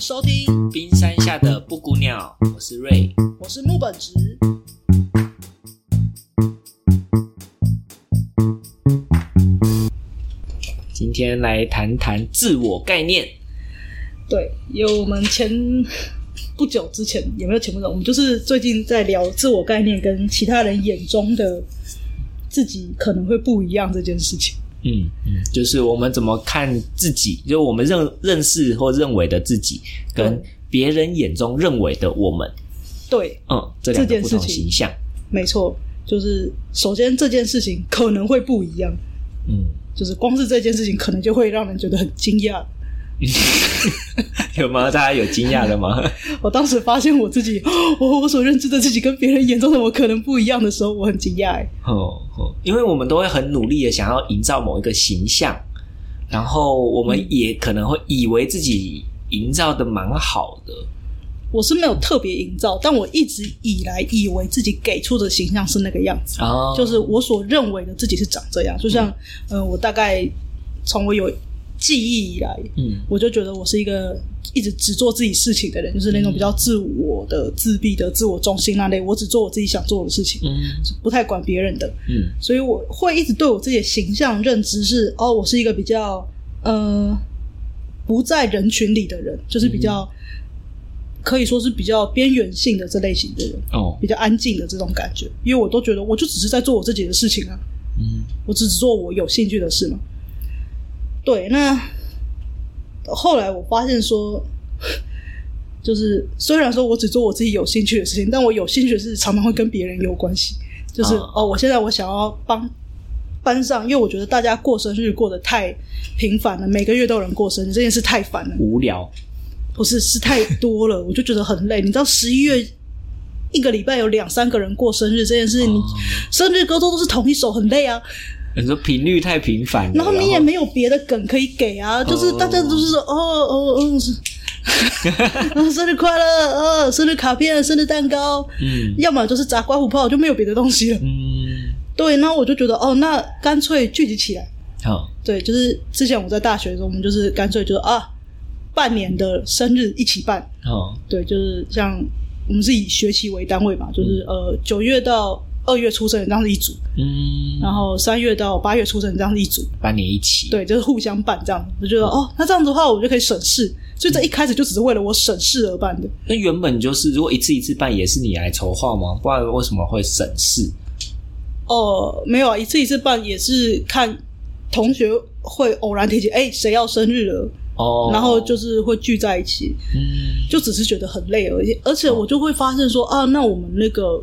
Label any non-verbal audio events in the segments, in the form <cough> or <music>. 收听冰山下的布谷鸟，我是瑞。我是木本直。今天来谈谈自我概念。对，有我们前不久之前也没有前不久，我们就是最近在聊自我概念跟其他人眼中的自己可能会不一样这件事情。嗯嗯，就是我们怎么看自己，就我们认认识或认为的自己，跟对别人眼中认为的我们，对，嗯，这两这个件不同事情形象。没错，就是首先这件事情可能会不一样，嗯，就是光是这件事情可能就会让人觉得很惊讶。 <laughs> 有吗？大家有惊讶的 <laughs> 吗？我当时发现我自己，哦我我所认知的自己跟别人眼中的我可能不一样的时候，我很惊讶。哎哦哦，因为我们都会很努力的想要营造某一个形象，然后我们也可能会以为自己营造的蛮好的。我是没有特别营造，但我一直以来以为自己给出的形象是那个样子。哦嗯就是我所认为的自己是长这样。就像，呃，我大概从我有记忆以来，嗯我就觉得我是一个一直只做自己事情的人，就是那嗯种比较自我的、自闭的、自我中心那类。我只做我自己想做的事情，嗯不太管别人的。嗯所以我会一直对我自己的形象认知是，哦，我是一个比较呃不在人群里的人，就是比较。可以说是比较边缘性的这类型的人，哦比较安静的这种感觉，因为我都觉得我就只是在做我自己的事情啊，嗯我只做我有兴趣的事嘛。对，那后来我发现说， <laughs> 就是虽然说我只做我自己有兴趣的事情，但我有兴趣的事常常会跟别人有关系。就是、啊哦，我现在我想要帮班上，因为我觉得大家过生日过得太频繁了，每个月都有人过生日，这件事太烦了。无聊不是是太多了， <laughs> 我就觉得很累。你知道十一月一个礼拜有两三个人过生日这件事，你哦生日歌都都是同一首，很累啊。你说频率太频繁了，然后你也没有别的梗可以给啊，就是大家都是说哦哦哦是啊，生日快乐，呃、生日卡片、生日蛋糕，嗯要么就是炸刮胡泡，就没有别的东西了。嗯对，那我就觉得哦，那干脆聚集起来。好对，就是之前我在大学的时候，我们就是干脆就是啊，半年的生日一起办。嗯好对，就是像我们是以学期为单位嘛，就是、呃九月到二月出生的这样是一组，嗯，然后三月到八月出生的这样是一组。把你一起对，就是互相办这样，我就觉得哦，那这样子的话，我就可以省事。所以这一开始就只是为了我省事而办的。那原本就是，如果一次一次办，也是你来筹划吗？不然为什么会省事？哦，没有啊，一次一次办也是看同学会偶然提起，哎、谁要生日了，哦，然后就是会聚在一起，嗯就只是觉得很累而已。而且我就会发现说啊，那我们那个。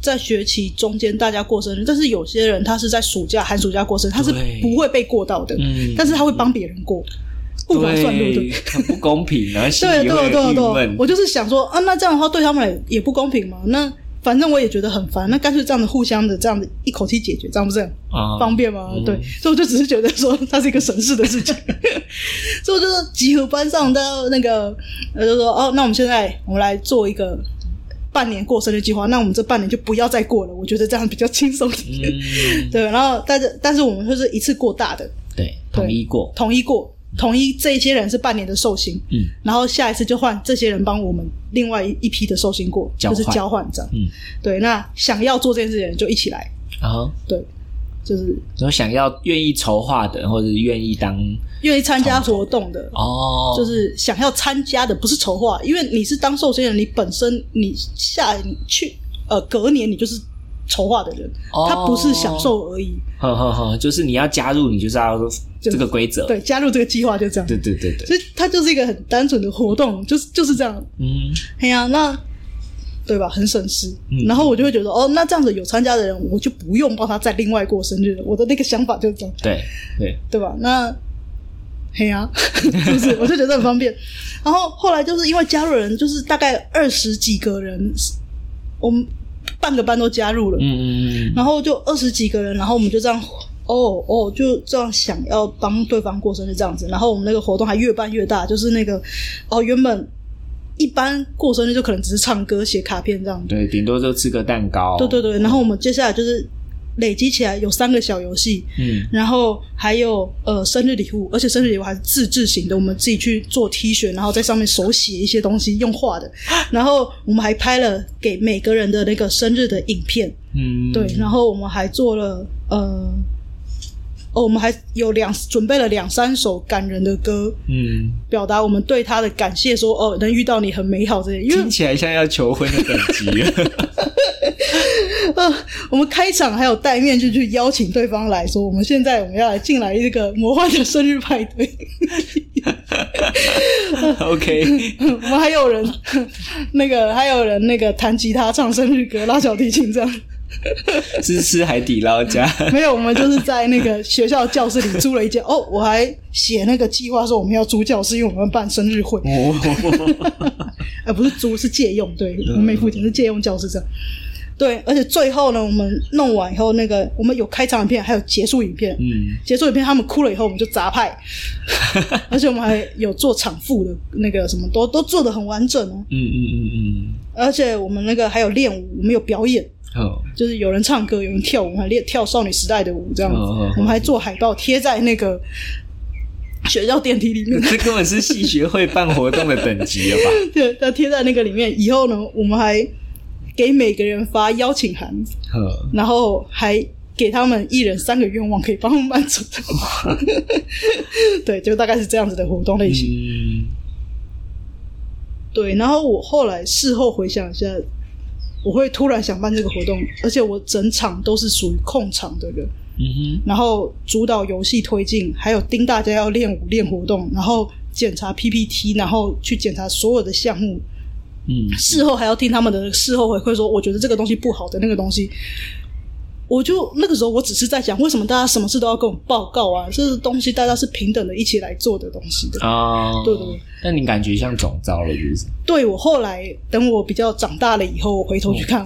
在学期中间，大家过生日，但是有些人他是在暑假、寒暑假过生日，他是对不会被过到的，嗯但是他会帮别人过，不划算，对不对？很不公 <laughs> 平，然后心对里对会对对郁对闷，。我就是想说啊，那这样的话对他们也也不公平嘛。那反正我也觉得很烦，那干脆这样的互相的这样的一口气解决，这样不是很啊方便吗？嗯对，所以我就只是觉得说它是一个省事的事情，所以我就是集合班上的那个，呃，就说哦，那我们现在我们来做一个半年过生日计划，那我们这半年就不要再过了，我觉得这样比较轻松一点。嗯，对，然后但是但是我们就是一次过大的，对，统一过，统一过，统一这一些人是半年的寿星，嗯然后下一次就换这些人帮我们另外一一批的寿星过，交就换是交换这样。嗯，对，那想要做这件事的人就一起来，然后对，就是然后想要愿意筹划的，或者是愿意当愿意参加活动的，哦，就是想要参加的，不是筹划，因为你是当寿星人，你本身你下你去呃隔年你就是筹划的人，哦他不是享，受而已。呵呵呵，就是你要加入，你就是要这个规则，对，加入这个计划就这样，对对对对，所以它就是一个很单纯的活动，就是就是这样。嗯哎呀、那对吧？很省事。嗯然后我就会觉得，哦，那这样子有参加的人，我就不用帮他再另外过生日了。我的那个想法就是这样，对对，对吧？那嘿呀、 <laughs> 是不是？我就觉得很方便。然后后来就是因为加入的人，就是大概二十几个人，我们半个班都加入了，嗯嗯嗯然后就二十几个人，然后我们就这样。哦哦，就这样想要帮对方过生日这样子，然后我们那个活动还越办越大，就是那个哦，原本一般过生日就可能只是唱歌、写卡片这样对，顶多就吃个蛋糕，对对对，然后我们接下来就是累积起来有三个小游戏，嗯然后还有呃生日礼物，而且生日礼物还是自制型的，我们自己去做 T 恤，然后在上面手写一些东西，用画的。然后我们还拍了给每个人的那个生日的影片，嗯，对。然后我们还做了呃，哦，我们还有两准备了两三首感人的歌，嗯，表达我们对他的感谢说，哦能遇到你很美好这些。因为听起来像要求婚的等级 <laughs> 了。 <laughs> 呃，我们开场还有戴面具去邀请对方来说，我们现在我们要来进来一个魔幻的生日派对。 <laughs> OK，我们还有人 <laughs> 那个还有人那个弹吉他、唱生日歌、拉小提琴这样。 <laughs> 支持海底捞家。没有，我们就是在那个学校教室里租了一间。哦，我还写那个计划说我们要租教室，因为我们要办生日会。哦，呃，不是租，是借用。对，嗯我们没付钱，是借用教室这样。对，而且最后呢，我们弄完以后，那个我们有开场影片，还有结束影片。嗯，结束影片，他们哭了以后，我们就砸 <laughs> 派，而且我们还有做场副的那个什么，都都做的很完整哦。嗯嗯嗯嗯，而且我们那个还有练舞，我们有表演，好，就是有人唱歌，有人跳舞，我们还练跳少女时代的舞这样子。哦哦哦我们还做海报贴在那个学校电梯里 <laughs> 面，这根本是戏学会办活动的等级了吧？对， <laughs> 它贴在那个里面。以后呢，我们还给每个人发邀请函，好，然后还给他们一人三个愿望，可以帮我们满足的。 <laughs> 对，就大概是这样子的活动类型。嗯，对，然后我后来事后回想一下，我会突然想办这个活动，而且我整场都是属于控场的人，嗯然后主导游戏推进，还有盯大家要练舞练活动，然后检查 PPT，然后去检查所有的项目，哼，嗯，事后还要听他们的事后回馈，说我觉得这个东西不好的那个东西。我就那个时候，我只是在想，为什么大家什么事都要跟我报告啊？这个东西大家是平等的，一起来做的东西的。哦，对对对。那你感觉像总招了，是不是？对我后来等我比较长大了以后，我回头去看，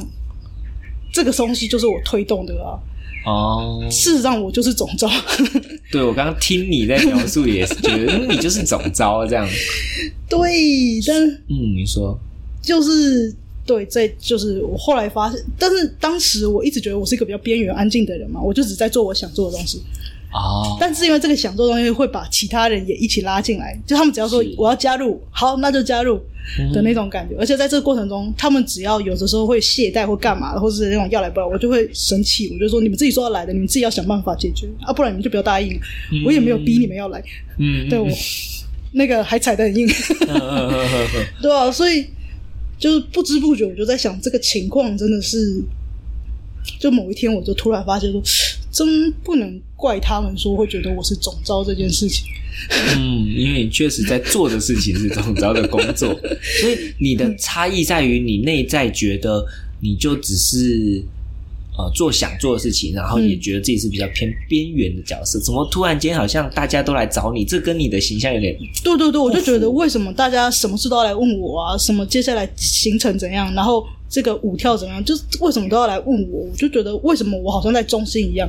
这个东西就是我推动的啊。哦，事实上，我就是总招。对我刚刚听你在描述，也是觉得嗯你就是总招这样。 <laughs> 对，但嗯，你说，就是对，这就是我后来发现。但是当时我一直觉得我是一个比较边缘、安静的人嘛，我就只在做我想做的东西。哦，但是因为这个想做的东西会把其他人也一起拉进来，就他们只要说是我要加入，好，那就加入嗯的那种感觉。而且在这个过程中，他们只要有的时候会懈怠或干嘛的，或者是那种要来不来，我就会生气，我就说你们自己说要来的，你们自己要想办法解决啊，不然你们就不要答应。我也没有逼你们要来，嗯，对我那个还踩得很硬，嗯嗯嗯嗯嗯对啊，所以就是不知不觉我就在想，这个情况真的是，就某一天我就突然发现说，真不能怪他们说会觉得我是总招这件事情。嗯，因为你确实在做的事情是总招的工作，所以你的差异在于你内在觉得你就只是呃做想做的事情，然后也嗯觉得自己是比较偏边缘的角色。怎么突然间好像大家都来找你？这跟你的形象有点对对对，我就觉得为什么大家什么事都要来问我啊？什么接下来行程怎样？然后这个舞跳怎样？就是为什么都要来问我？我就觉得为什么我好像在中心一样？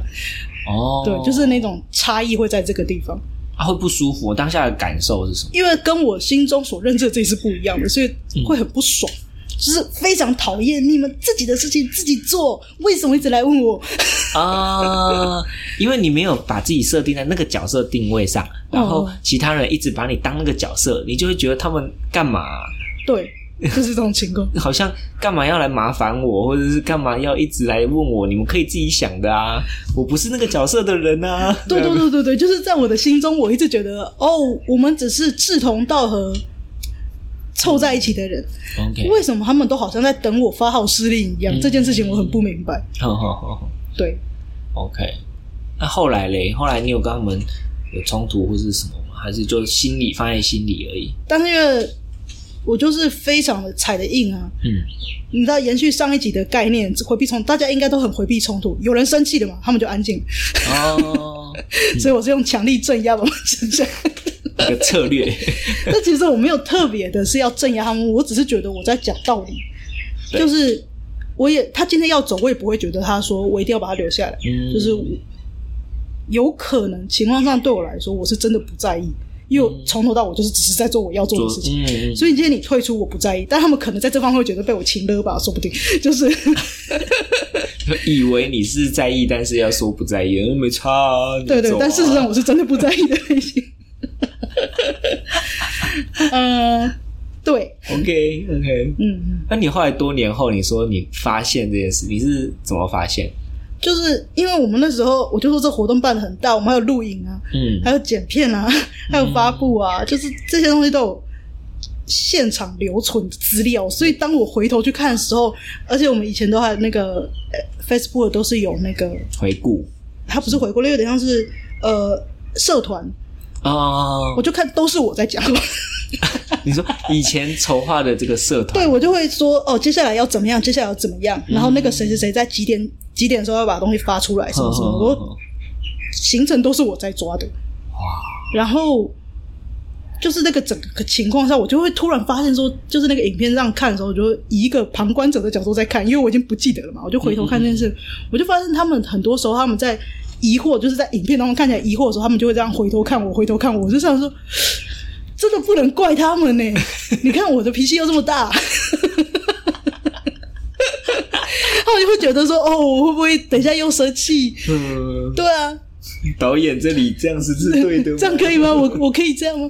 哦，对，就是那种差异会在这个地方，啊会不舒服。我当下的感受是什么？因为跟我心中所认知的自己是不一嗯样的，所以会很不爽。就是非常讨厌你们自己的事情自己做，为什么一直来问我？ <laughs> 啊、因为你没有把自己设定在那个角色定位上，然后哦其他人一直把你当那个角色，你就会觉得他们干嘛、对，就是这种情 <laughs> 况。好像干嘛要来麻烦我，或者是干嘛要一直来问我？你们可以自己想的啊，我不是那个角色的人啊。对对对对对，就是在我的心中，我一直觉得哦，我们只是志同道合凑在一起的人， ，OK，为什么他们都好像在等我发号施令一样？嗯这件事情我很不明白。好好好好对， ，OK。那后来嘞？后来你有跟他们有冲突或是什么吗？还是就心里放在心里而已？但是因为我就是非常的踩的硬啊，嗯，你知道，延续上一集的概念，回避冲，大家应该都很回避冲突。有人生气了嘛，他们就安静， <laughs> 哦，所以我是用强力镇压把他们镇 <laughs> 下来。一个策略，但其实我没有特别的是要镇压他们，我只是觉得我在讲道理，对就是我也他今天要走，我也不会觉得他说我一定要把他留下来，嗯就是我有可能情况上对我来说，我是真的不在意，因为我从头到尾就是只是在做我要做嗯做的事情。嗯嗯所以今天你退出，我不在意，但他们可能在这方面会觉得被我情勒吧，说不定就是 <laughs> 以为你是在意，但是要说不在意，嗯没差啊。你对对走，啊但事实上我是真的不在意的类型。 <laughs> 嗯、对， ，OK OK。嗯，那你后来多年后，你说你发现这件事，你是怎么发现？就是因为我们那时候，我就说这活动办的很大，我们还有录影啊，嗯还有剪片啊，还有发布啊，就是这些东西都有现场留存的资料，所以当我回头去看的时候，而且我们以前都还有那个呃 Facebook 都是有那个，回顾它不是回归类，有点像是呃社团，哦我，就看都是我在讲。你说以前筹划的这个社团，对，我就会说哦，接下来要怎么样，接下来要怎么样，然后那个谁谁谁在几点几点的时候要把东西发出来，什么什么，我行程都是我在抓的。然后就是那个整个情况下，我就会突然发现说，就是那个影片上看的时候，我就会以一个旁观者的角度在看，因为我已经不记得了嘛，我就回头看这件事，我就发现他们很多时候他们在疑惑，就是在影片当中看起来疑惑的时候，他们就会这样回头看我，回头看我，我就想说。真的不能怪他们呢、你看我的脾气又这么大，他们就会觉得说：“哦，我会不会等一下又生气 <laughs> 嗯？”，对啊，导演这里这样子是对的 <laughs> 吗，这样可以吗？我我可以这样吗？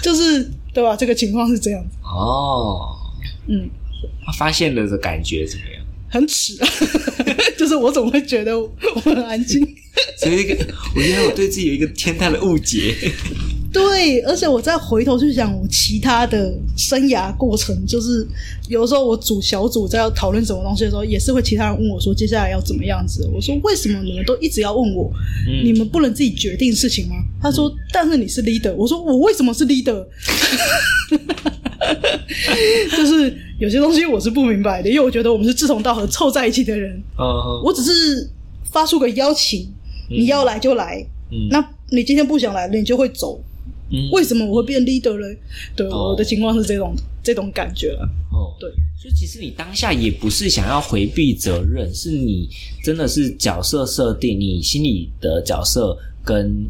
就是对吧？这个情况是这样，哦。嗯，他发现了的感觉怎么样？很耻，啊 <laughs> 就是我总会觉得我很安静。所以这个，我觉得我对自己有一个天大的误解。对，而且我再回头去想我其他的生涯过程，就是有时候我组小组在要讨论什么东西的时候，也是会其他人问我说接下来要怎么样子。我说为什么你们都一直要问我？嗯你们不能自己决定事情吗？他说，但是你是 leader。我说我为什么是 leader？就是有些东西我是不明白的，因为我觉得我们是志同道合凑在一起的人，嗯 <laughs> 我只是发出个邀请，你要来就来，嗯那你今天不想来了，你就会走。嗯为什么我会变 leader 呢？对，哦我的情况是这种这种感觉了。哦，对，所以其实你当下也不是想要回避责任，是你真的是角色设定，你心里的角色跟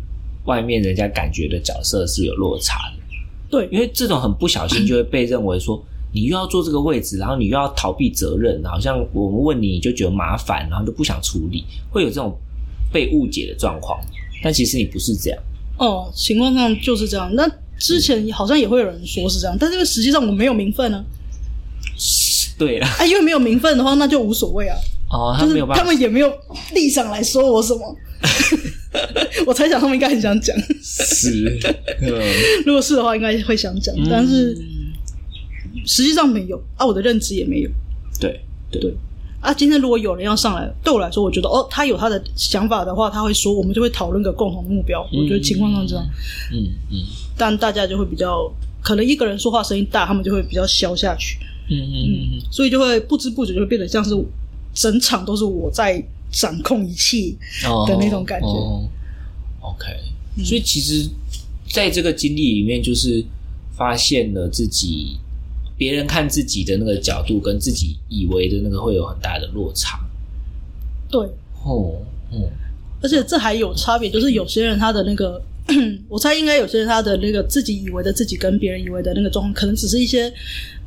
外面人家感觉的角色是有落差的，因对，为这种很不小心就会被认为说。你又要坐这个位置，然后你又要逃避责任，好像我们问你你就觉得麻烦，然后就不想处理，会有这种被误解的状况。但其实你不是这样，哦，情况上就是这样。那之前好像也会有人说是这样，但是因为实际上我没有名分啊，对了，啊，因为没有名分的话，那就无所谓啊。 <laughs> 哦，他就没是有办他法，们也没有立场来说我什么。 <laughs> 我猜想他们应该很想讲， <laughs> 是，嗯如果是的话，应该会想讲，但是实际上没有啊，我的认知也没有对对对啊。今天如果有人要上来，对我来说，我觉得哦，他有他的想法的话，他会说，我们就会讨论个共同目标。我觉得情况上这样，嗯嗯但大家就会比较，可能一个人说话声音大，他们就会比较消下去，嗯嗯嗯，所以就会不知不觉就会变得像是整场都是我在掌控一切。哦的那种感觉嗯哦 OK，、所以其实在这个经历里面，就是发现了自己别人看自己的那个角度，跟自己以为的那个会有很大的落差。对，哦，嗯而且这还有差别，就是有些人他的那个， <clears throat> 我猜应该有些人他的那个自己以为的自己跟别人以为的那个状况，可能只是一些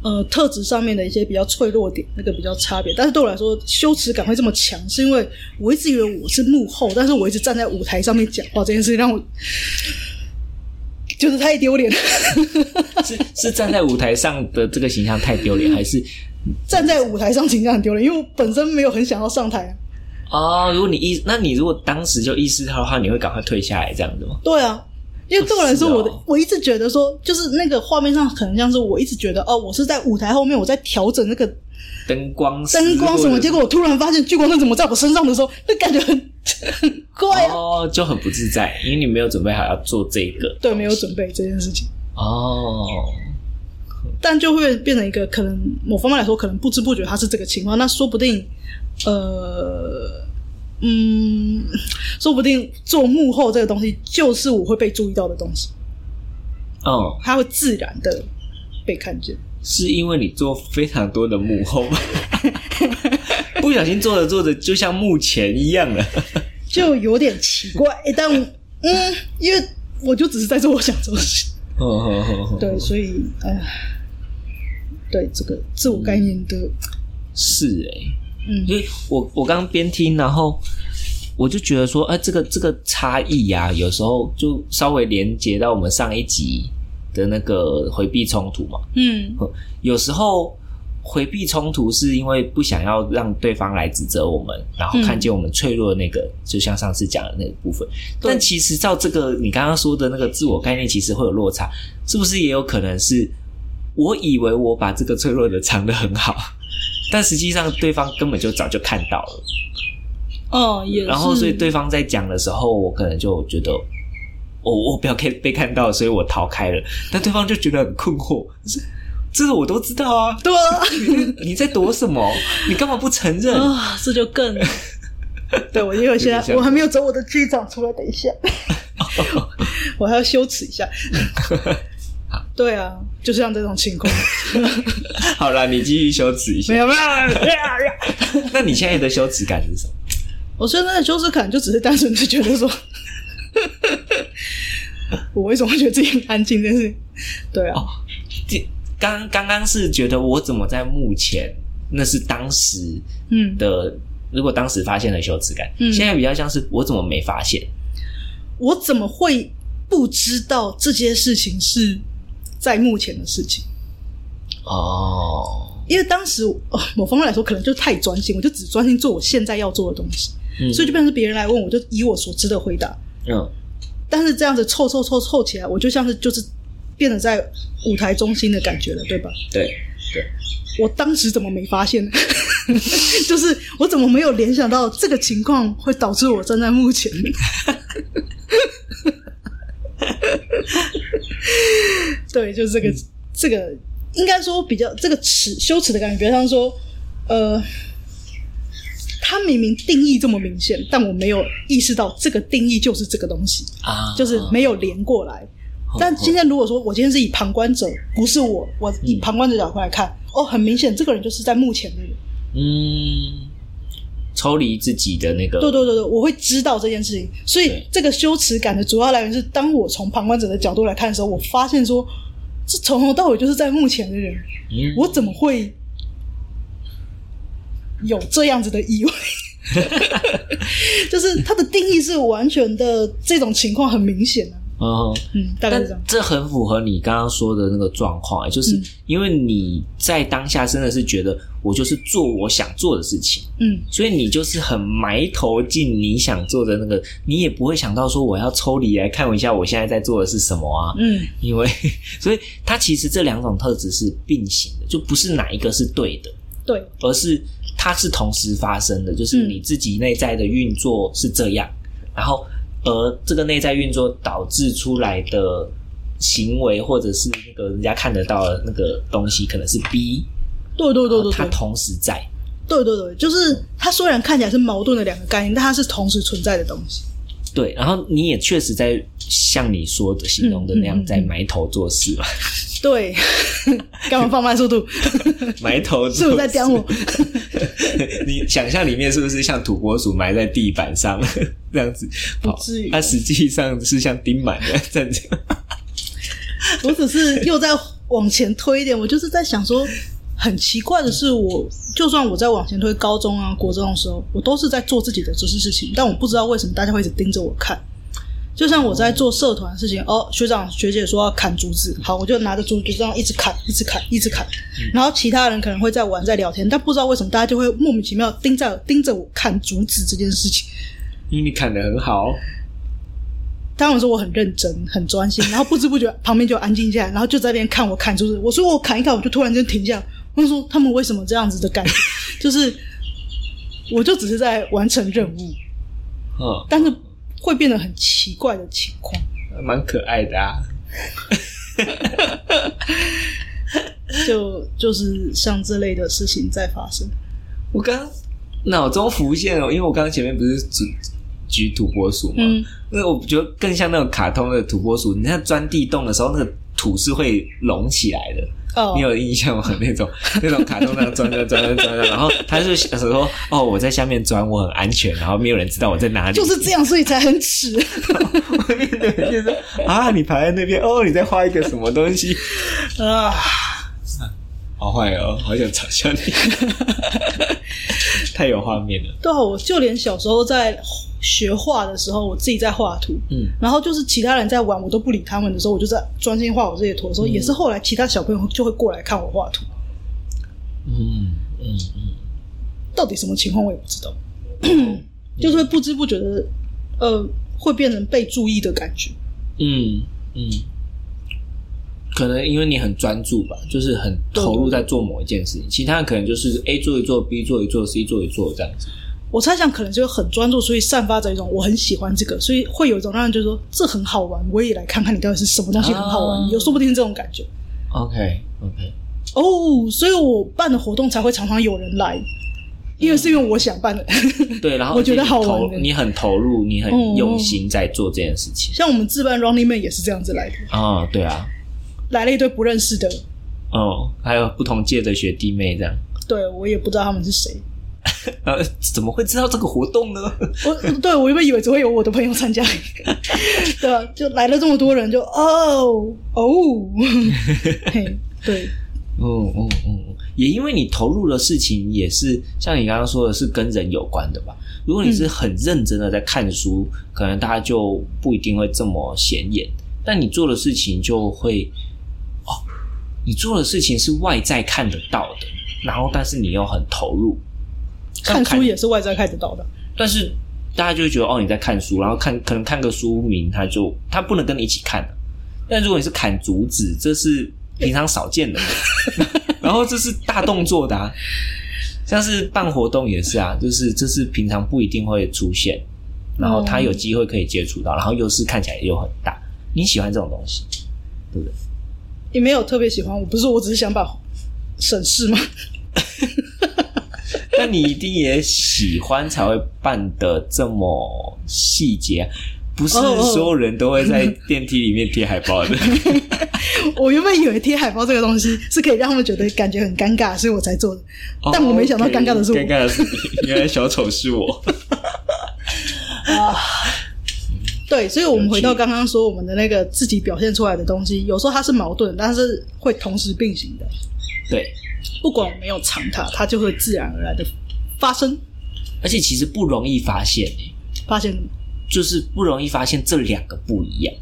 呃特质上面的一些比较脆弱点，那个比较差别。但是对我来说，羞耻感会这么强，是因为我一直以为我是幕后，但是我一直站在舞台上面讲话，这件事情让我就是太丢脸了。 <laughs> 是是站在舞台上的这个形象太 <laughs> 丢脸，还是站在舞台上形象很丢脸，因为我本身没有很想要上台啊。哦？如果你意，那你如果当时就意识到的话，你会赶快退下来这样子吗？对啊，因为对我来说，是哦我的、我一直觉得说，就是那个画面上可能像是我一直觉得哦，我是在舞台后面，我在调整那个灯光师灯光什或么，者结果我突然发现聚光灯怎么在我身上的时候，那感觉很很怪啊。哦，就很不自在，因为你没有准备好要做这个对，没有准备这件事情，哦。但就会变成一个可能某方面来说，可能不知不觉它是这个情况，那说不定，呃，嗯，说不定做幕后这个东西就是我会被注意到的东西，哦，它会自然的被看见。是因为你做非常多的幕后吗？不小心做着做着，就像幕前一样了。就有点奇怪， <laughs> 诶但嗯，因为我就只是在做我想做的事，哦哦哦哦对，所以哎呃，对这个自我概念的，是哎、嗯因为我我刚刚边听，然后我就觉得说，哎、这个这个差异呀、有时候就稍微连接到我们上一集的那个回避冲突嘛。嗯有时候回避冲突是因为不想要让对方来指责我们，然后看见我们脆弱的那个，就像上次讲的那个部分。对但其实照这个你刚刚说的那个自我概念，其实会有落差，是不是也有可能是我以为我把这个脆弱的藏得很好， <laughs> 但实际上对方根本就早就看到了。哦，也是然后所以对方在讲的时候，我可能就觉得，我、我不要看被看到，所以我逃开了。但对方就觉得很困惑，这这个我都知道啊，对啊， <laughs> 你在躲什么？你干嘛不承认？啊，这就更。 <laughs> 对，我因为我现有点在像我还没有走我的局长出来，等一下，我还要羞耻一下。对啊，就是像这种情况，好啦，你继续羞耻一下没。有没有，没有没有那你现在的羞耻感是什么？我现在的羞耻感就只是单纯的觉得说，我为什么会觉得自己很安静这件事情？对啊，哦这刚刚刚是觉得我怎么在目前，那是当时嗯，的，如果当时发现了羞耻感，嗯现在比较像是我怎么没发现？我怎么会不知道这些事情是在目前的事情？哦，因为当时、呃、某方面来说，可能就太专心，我就只专心做我现在要做的东西，嗯所以就变成是别人来问，我就以我所知的回答。嗯但是这样子凑凑凑凑起来，我就像是就是变得在舞台中心的感觉了，对吧？对对。我当时怎么没发现呢？ <laughs> 就是我怎么没有联想到这个情况会导致我站在幕前？ <laughs> 对，就是这个、这个，应该说比较这个耻羞耻的感觉，比较像说，呃，他明明定义这么明显，但我没有意识到这个定义就是这个东西。啊，就是没有连过来哦。但今天如果说我今天是以旁观者，不是我，我以旁观者角度来看，哦，很明显这个人就是在幕前的人。嗯，抽离自己的那个，对对对对，我会知道这件事情，所以对这个羞耻感的主要来源是，当我从旁观者的角度来看的时候，我发现说，这从头到尾就是在幕前的人，嗯我怎么会有这样子的意外？就是它的定义是完全的，这种情况很明显啊。哦，嗯，大概但是这样。这很符合你刚刚说的那个状况，哎就是嗯因为你在当下真的是觉得我就是做我想做的事情，嗯，所以你就是很埋头进你想做的那个，你也不会想到说我要抽离来看一下我现在在做的是什么啊，嗯因为 <laughs> 所以它其实这两种特质是并行的，就不是哪一个是对的。，对，而是它是同时发生的，就是嗯你自己内在的运作是这样，然后而这个内在运作导致出来的行为或者是那个人家看得到的那个东西，可能是 B，对对对对它对同时在，对对对，就是它虽然看起来是矛盾的两个概念，但它是同时存在的东西。对，然后你也确实在像你说的形容的那嗯样嗯嗯在埋头做事 <laughs> 嘛，对，干嘛放慢速度？埋头做是事不是在刁我？ <laughs> 你想象里面是不是像土拨鼠埋在地板上这样子跑不至于？它实际上是像钉满的站着。我只是又在往前推一点，我就是在想说，很奇怪的是我，就算我在往前推高中啊、国中的时候，我都是在做自己的知识事情，但我不知道为什么大家会一直盯着我看。就像我在做社团的事情，哦，学长学姐说要砍竹子，好，我就拿着竹子就这样一直砍，一直砍，一直砍。然后其他人可能会在玩，在聊天，但不知道为什么大家就会莫名其妙盯在盯着我看竹子这件事情。因为你砍的很好，当然我说我很认真、很专心， <laughs> 然后不知不觉旁边就安静下来，然后就在那边看我砍竹子。我说我砍一砍，我就突然间停下来。我就说他们为什么这样子的感觉？ <laughs> 就是我就只是在完成任务，嗯，但是会变得很奇怪的情况。蛮可爱的啊。就就是像这类的事情在发生。我刚脑中浮现了，因为我刚刚前面不是举举土拨鼠嘛，嗯那我觉得更像那种卡通的土拨鼠。你看钻地洞的时候，那个土是会隆起来的。哦你，有印象吗？那种 <laughs> 那种卡通那样钻钻钻钻钻，然后他就想说：“哦，我在下面钻，我很安全，然后没有人知道我在哪里。”就是这样，所以才很 <laughs> 耻。外面的 <laughs> 人就说：“啊，你爬在那边，哦，你在画一个什么东西？啊， <laughs> 好坏哦，好想嘲笑你。”太有画面了。对啊，我就连小时候在学画的时候，我自己在画图，嗯，然后就是其他人在玩，我都不理他们的时候，我就在专心画我这些图的时候，也是后来其他小朋友就会过来看我画图，嗯嗯嗯，到底什么情况我也不知 <laughs> 道，嗯就是会不知不觉的，呃，会变成被注意的感觉。嗯嗯，可能因为你很专注吧，就是很投入在做某一件事情，其他人可能就是 A 做一做，B 做一做，C 做一做这样子。我猜想可能就很专注，所以散发着一种我很喜欢这个，所以会有一种让人觉得说这很好玩，我也来看看你到底是什么东西很好玩，啊有说不定是这种感觉 OK OK，哦。所以我办的活动才会常常有人来，因为是因为我想办的。 <laughs> 对，然后我觉得你好玩投的你很投入，你很嗯用心在做这件事情。像我们自办 Running Man 也是这样子来的，哦，对啊，来了一堆不认识的，哦，还有不同届的学弟妹这样，对我也不知道他们是谁。 <laughs> 呃，怎么会知道这个活动呢？我 <laughs> 对我原本以为只会有我的朋友参加， <laughs> 对啊，就来了这么多人就，哦 <laughs> 哦，嘿，对，嗯嗯嗯，也因为你投入的事情也是像你刚刚说的，是跟人有关的吧？如果你嗯是很认真的在看书，可能大家就不一定会这么显眼。但你做的事情就会，哦，你做的事情是外在看得到的，然后但是你又很投入，看但书也是外在看得到的。但是大家就会觉得哦你在看书，然后看可能看个书名，他就他不能跟你一起看、啊、但如果你是砍竹子，这是平常少 <laughs> 见的，然后这是大动作的、啊，像是办活动也是啊，就是这是平常不一定会出现，然后他有机会可以接触到，然后优势看起来又很大，你喜欢这种东西，对不对？也没有特别喜欢，我不是说我只是想把省事嘛。但你一定也喜欢才会办的这么细节，啊不是哦哦所有人都会在电梯里面贴海报的。 <laughs> 我原本以为贴海报这个东西是可以让他们觉得感觉很尴尬，所以我才做的。哦但我没想到 OK，尴尬的是我尴尬的是你，原来小丑是 <laughs> 我。对，所以我们回到有趣刚刚说我们的那个自己表现出来的东西，有时候它是矛盾，但是会同时并行的。对，不管我没有藏它，它就会自然而然的发生。而且其实不容易发现、欸，发现了吗就是不容易发现这两个不一样，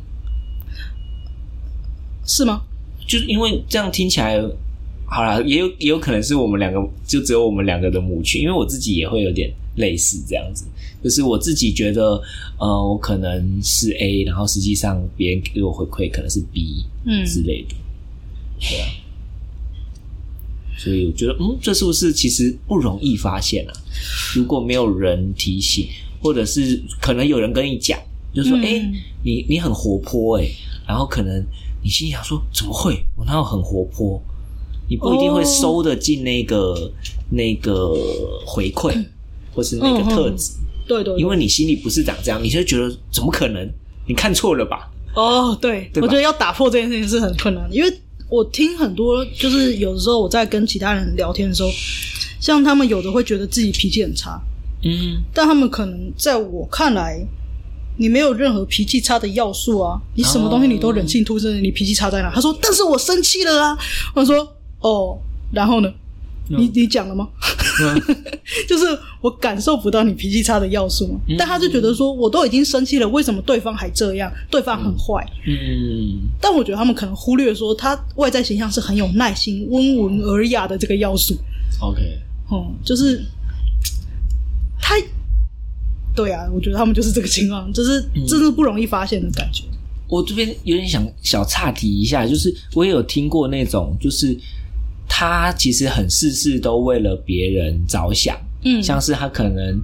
是吗？就是因为这样听起来。好啦，也有也有可能是我们两个，就只有我们两个的母群，因为我自己也会有点类似这样子，就是我自己觉得，呃，我可能是 A，然后实际上别人给我回馈可能是 B，嗯之类的，对啊，所以我觉得，嗯，这是不是其实不容易发现啊？如果没有人提醒，或者是可能有人跟你讲，就说，嗯哎、你你很活泼、欸，哎，然后可能你心里想说，怎么会？我哪有很活泼？你不一定会哦收得进那个、那个回馈，或是那个嗯嗯嗯特质，对对对因为你心里不是长这样，你就觉得怎么可能？你看错了吧？哦，对，对吧我觉得要打破这件事情是很困难的，因为我听很多，就是有的时候我在跟其他人聊天的时候，像他们有的会觉得自己脾气很差，嗯，但他们可能在我看来，你没有任何脾气差的要素啊，你什么东西你都忍气吞声，你脾气差在哪？他说，但是我生气了啊，我说，哦，然后呢？嗯你你讲了吗？ <laughs> 就是我感受不到你脾气差的要素嘛，嗯但他就觉得说我都已经生气了，为什么对方还这样？对方很坏，嗯。但我觉得他们可能忽略说，他外在形象是很有耐心、温文尔雅的这个要素。 OK，嗯，就是嘖他，对啊，我觉得他们就是这个情况，就是嗯真是不容易发现的感觉。我这边有点想小岔题一下，就是我也有听过那种，就是他其实很事事都为了别人着想，嗯像是他可能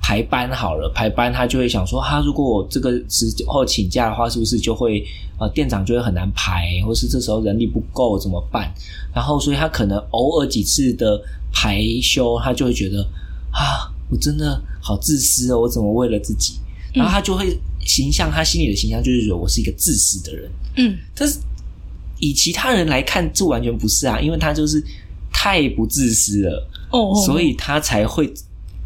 排班好了，排班他就会想说，啊他如果我这个时候请假的话，是不是就会呃店长就会很难排，或是这时候人力不够怎么办？然后所以他可能偶尔几次的排休，他就会觉得啊，我真的好自私哦，我怎么为了自己？然后他就会形象，他心里的形象就是觉得我是一个自私的人，嗯，但是以其他人来看，这完全不是啊，因为他就是太不自私了。哦，哦所以他才会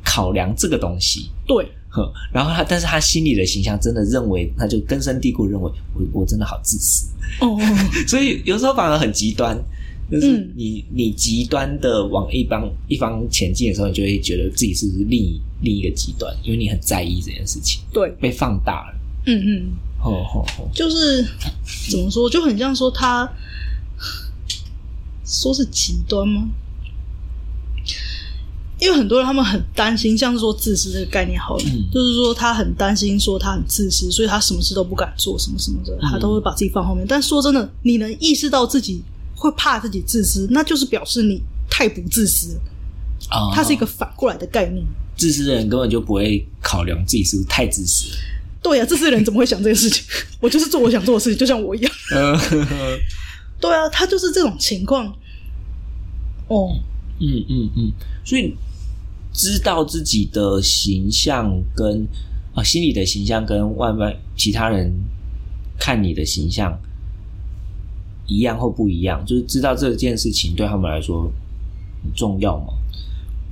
考量这个东西。对，呵，然后他，但是他心里的形象真的认为，他就根深蒂固地认为我我真的好自私， <laughs> 哦，哦哦所以有时候反而很极端。就是嗯你你极端的往一方一方前进的时候，你就会觉得自己是不是另一另一个极端，因为你很在意这件事情，对，被放大了。嗯嗯，哦哦哦，就是怎么说，就很像说他说是极端吗？因为很多人他们很担心，像是说自私这个概念好了，嗯就是说他很担心说他很自私，所以他什么事都不敢做，什么什么的，他都会把自己放后面。但说真的，你能意识到自己会怕自己自私，那就是表示你太不自私了。啊它是一个反过来的概念。自私的人根本就不会考量自己是不是太自私了。对呀、啊，自私的人怎么会想这个事情？ <laughs> 我就是做我想做的事情，就像我一样。 <laughs> 嗯对啊，他就是这种情况。哦，嗯嗯嗯，所以知道自己的形象跟啊、心理的形象跟外面其他人看你的形象一样或不一样，就是知道这件事情对他们来说很重要吗？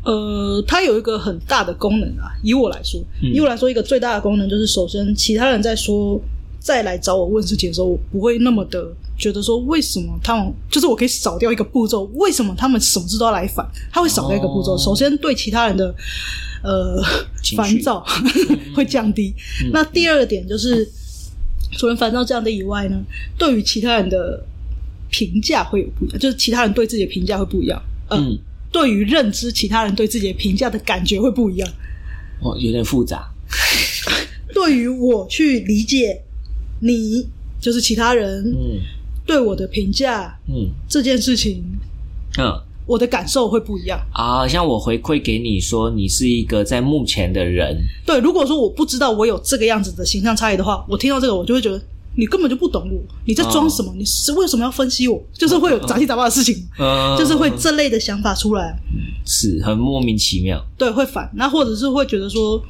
呃，它有一个很大的功能啊。以我来说，嗯以我来说，一个最大的功能就是，首先其他人在说再来找我问事情的时候，我不会那么的觉得说为什么他们，就是我可以少掉一个步骤，为什么他们什么事都要来烦？他会少掉一个步骤。哦首先对其他人的呃情绪烦躁会降 <laughs> 低。那第二个点就是，除了烦躁降低以外呢，对于其他人的评价会有不一样，就是其他人对自己的评价会不一样。呃嗯，对于认知其他人对自己的评价的感觉会不一样。哦，有点复杂。对于我去理解你，就是其他人嗯对我的评价嗯这件事情，嗯我的感受会不一样。啊，像我回馈给你说，你是一个在目前的人，对，如果说我不知道我有这个样子的形象差异的话，我听到这个我就会觉得。你根本就不懂我，你在装什么？你是为什么要分析我？就是会有杂七杂八的事情，嗯，就是会这类的想法出来。是很莫名其妙。对，会烦，那或者是会觉得说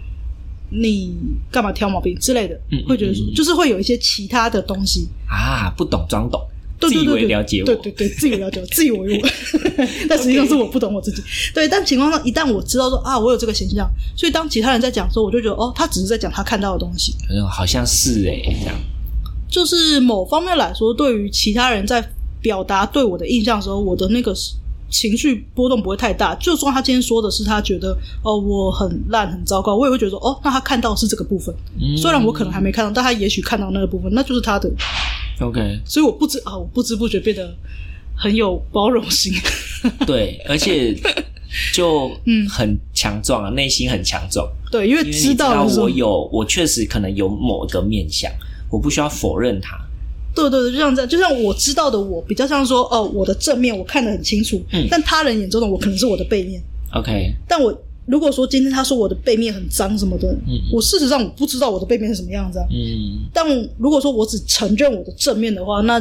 你干嘛挑毛病之类的，嗯会觉得说嗯嗯嗯就是会有一些其他的东西，啊，不懂装懂，对对自以对为对，了解我，对对对，自以为了 <laughs> 解我，自以为我， <laughs> 但实际上是我不懂我自己。对，但情况上一旦我知道说啊，我有这个形象，所以当其他人在讲说，我就觉得哦，他只是在讲他看到的东西，嗯好像是哎、这样，就是某方面来说，对于其他人在表达对我的印象的时候，我的那个情绪波动不会太大。就算他今天说的是他觉得哦我很烂很糟糕，我也会觉得说哦，那他看到是这个部分，嗯虽然我可能还没看到，但他也许看到那个部分，那就是他的。 OK，所以我不知啊，我不知不觉变得很有包容性。对，而且就 <laughs> 嗯很强壮啊，内心很强壮，对，因为因为你知知道道了是我有，我确实可能有某个面相，我不需要否认它。对对对，就像这样，就像我知道的我，比较像说哦，我的正面我看得很清楚，嗯但他人眼中的我可能是我的背面。 OK，但我如果说今天他说我的背面很脏什么的，嗯我事实上我不知道我的背面是什么样子啊。嗯，但如果说我只承认我的正面的话，那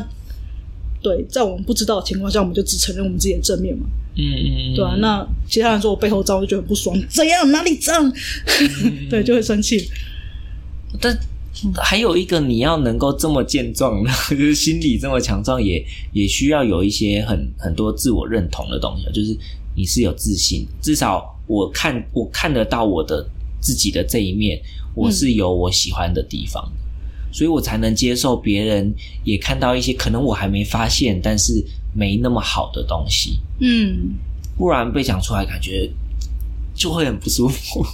对，在我们不知道的情况下，我们就只承认我们自己的正面嘛，嗯嗯，嗯对啊，那其他人说我背后脏，我就觉得很不爽，怎样哪里脏， <laughs> 嗯对，就会生气。但还有一个你要能够这么健壮， <laughs> 就是心理这么强壮，也也需要有一些很很多自我认同的东西，就是你是有自信，至少我看我看得到我的自己的这一面，我是有我喜欢的地方的所以我才能接受别人也看到一些可能我还没发现，但是没那么好的东西，嗯，不然被讲出来感觉就会很不舒服。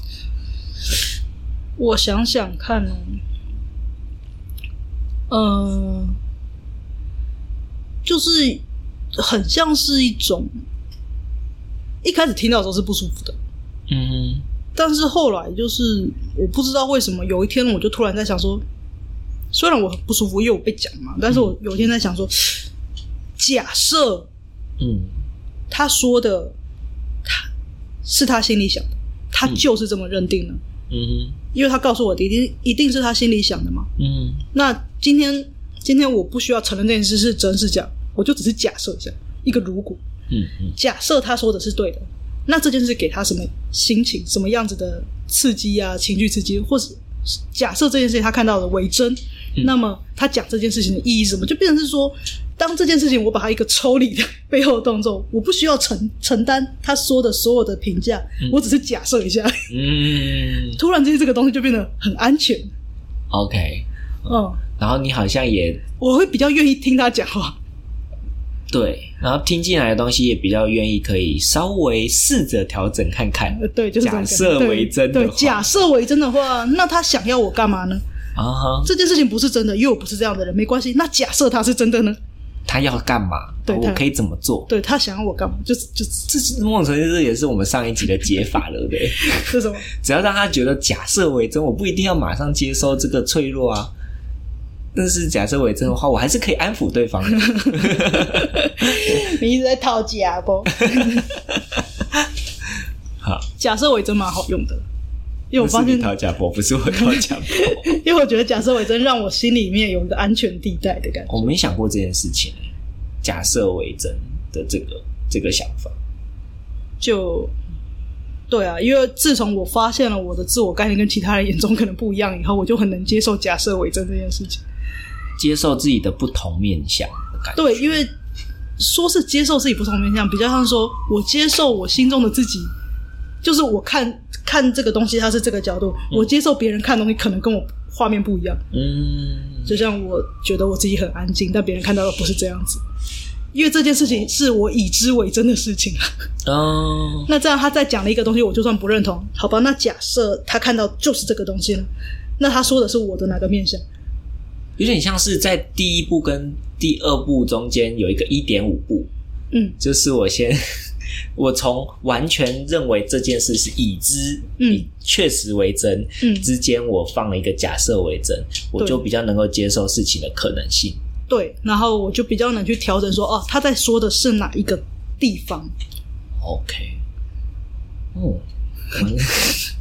我想想看哦，呃，就是很像是一种，一开始听到的时候是不舒服的，嗯但是后来就是我不知道为什么，有一天我就突然在想说，虽然我很不舒服，因为我被讲嘛，但是我有一天在想说，假设嗯他说的他是他心里想的，他就是这么认定的，嗯因为他告诉我的一定一定是他心里想的嘛。嗯那今天今天我不需要承认这件事是真是假，我就只是假设一下一个如果，嗯嗯假设他说的是对的，那这件事给他什么心情、什么样子的刺激啊、情绪刺激，或是假设这件事情他看到的为真，那么他讲这件事情的意义是什么，就变成是说，当这件事情我把它一个抽离的背后动作，我不需要承承担他说的所有的评价，我只是假设一下， <laughs> 嗯突然之间这个东西就变得很安全， ，OK。嗯，然后你好像也我会比较愿意听他讲话。对，然后听进来的东西也比较愿意可以稍微试着调整看看呃对，就是这种假设感觉为真的对，话对假设为真的话，那他想要我干嘛呢？啊哈，这件事情不是真的，因为我不是这样的人，没关系。那假设他是真的呢？他要干嘛，对我他可以怎么做？对他想要我干嘛？就是就是这是某种程度这也是我们上一集的解法，对不对？ <laughs> 是什么？只要让他觉得假设为真，我不一定要马上接收这个脆弱啊。但是假设为真的话，我还是可以安抚对方 <laughs> 的。你一直在套假不？好，假设为真蛮好用的，因为我不是发你现，讨假博，不是我讨假博。因为我觉得假设为真让我心里面有一个安全地带的感觉。我没想过这件事情，假设为真的这个这个想法。就对啊，因为自从我发现了我的自我概念跟其他人眼中可能不一样以后，我就很能接受假设为真这件事情。接受自己的不同面相的感觉。对，因为说是接受自己不同面向，比较像说我接受我心中的自己，就是我看看这个东西，它是这个角度，我接受别人看东西可能跟我画面不一样。嗯，就像我觉得我自己很安静，但别人看到的不是这样子。因为这件事情是我以之为真的事情，啊哦， <laughs> 那这样他再讲了一个东西，我就算不认同，好吧？那假设他看到就是这个东西了，那他说的是我的哪个面向？有点像是在第一步跟第二步中间有一个一点五步，嗯就是我先， <laughs> 我从完全认为这件事是已知，嗯以确实为真，嗯之间我放了一个假设为真，我就比较能够接受事情的可能性。对，然后我就比较能去调整说，哦，他在说的是哪一个地方？ OK，哦，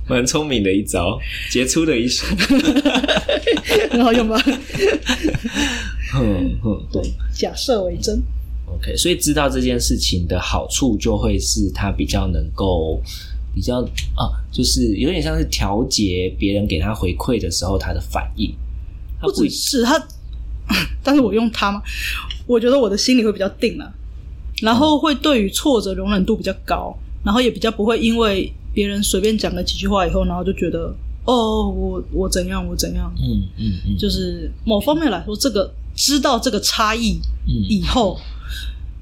蛮蛮 <laughs> 聪明的一招，杰出的一手。 <laughs> 很好用吧？哼哼，对，假设为真， OK，所以知道这件事情的好处，就会是他比较能够比较啊，就是有点像是调节别人给他回馈的时候他的反应。他不只一是他， <laughs> 但是我用它嘛，我觉得我的心里会比较定了、啊然后会对于挫折容忍度比较高，然后也比较不会因为别人随便讲了几句话以后，然后就觉得哦，我我怎样我怎样，嗯嗯嗯，就是某方面来说，这个知道这个差异嗯以后，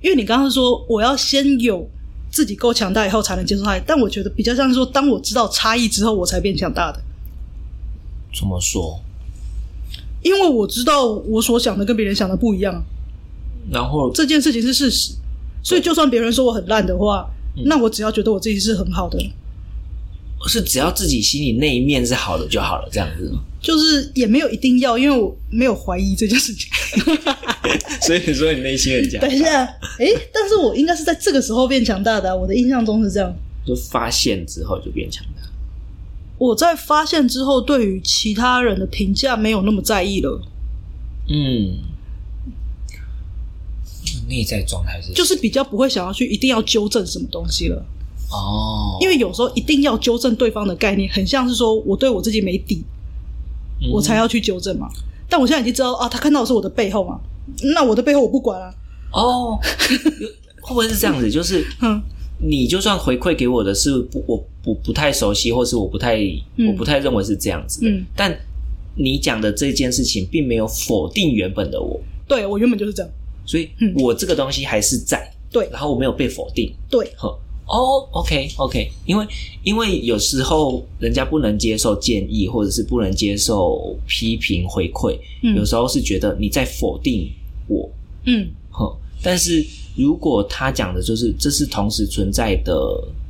因为你刚刚说我要先有自己够强大以后才能接受差异，但我觉得比较像是说，当我知道差异之后，我才变强大的。怎么说？因为我知道我所想的跟别人想的不一样，然后这件事情是事实，所以就算别人说我很烂的话，那我只要觉得我自己是很好的，是只要自己心里那一面是好的就好了，这样子吗。 <laughs> 就是也没有一定要，因为我没有怀疑这件事情。所以你说你内心很强等一下，诶，但是我应该是在这个时候变强大的啊、我的印象中是这样。就发现之后就变强大。我在发现之后，对于其他人的评价没有那么在意了，嗯，内在状态是就是比较不会想要去一定要纠正什么东西了。哦，因为有时候一定要纠正对方的概念，很像是说我对我自己没底，嗯我才要去纠正嘛。但我现在已经知道啊，他看到的是我的背后嘛，那我的背后我不管啊， <laughs> 哦，会不会是这样子？就是哼，你就算回馈给我的是不我不不太熟悉，或是我不太、嗯我不太认为是这样子的，嗯但你讲的这件事情并没有否定原本的我，对我原本就是这样，所以嗯我这个东西还是在，对然后我没有被否定。对，呵，哦，OK OK，因为因为有时候人家不能接受建议，或者是不能接受批评回馈，嗯有时候是觉得你在否定我，嗯，哼，但是如果他讲的就是这是同时存在的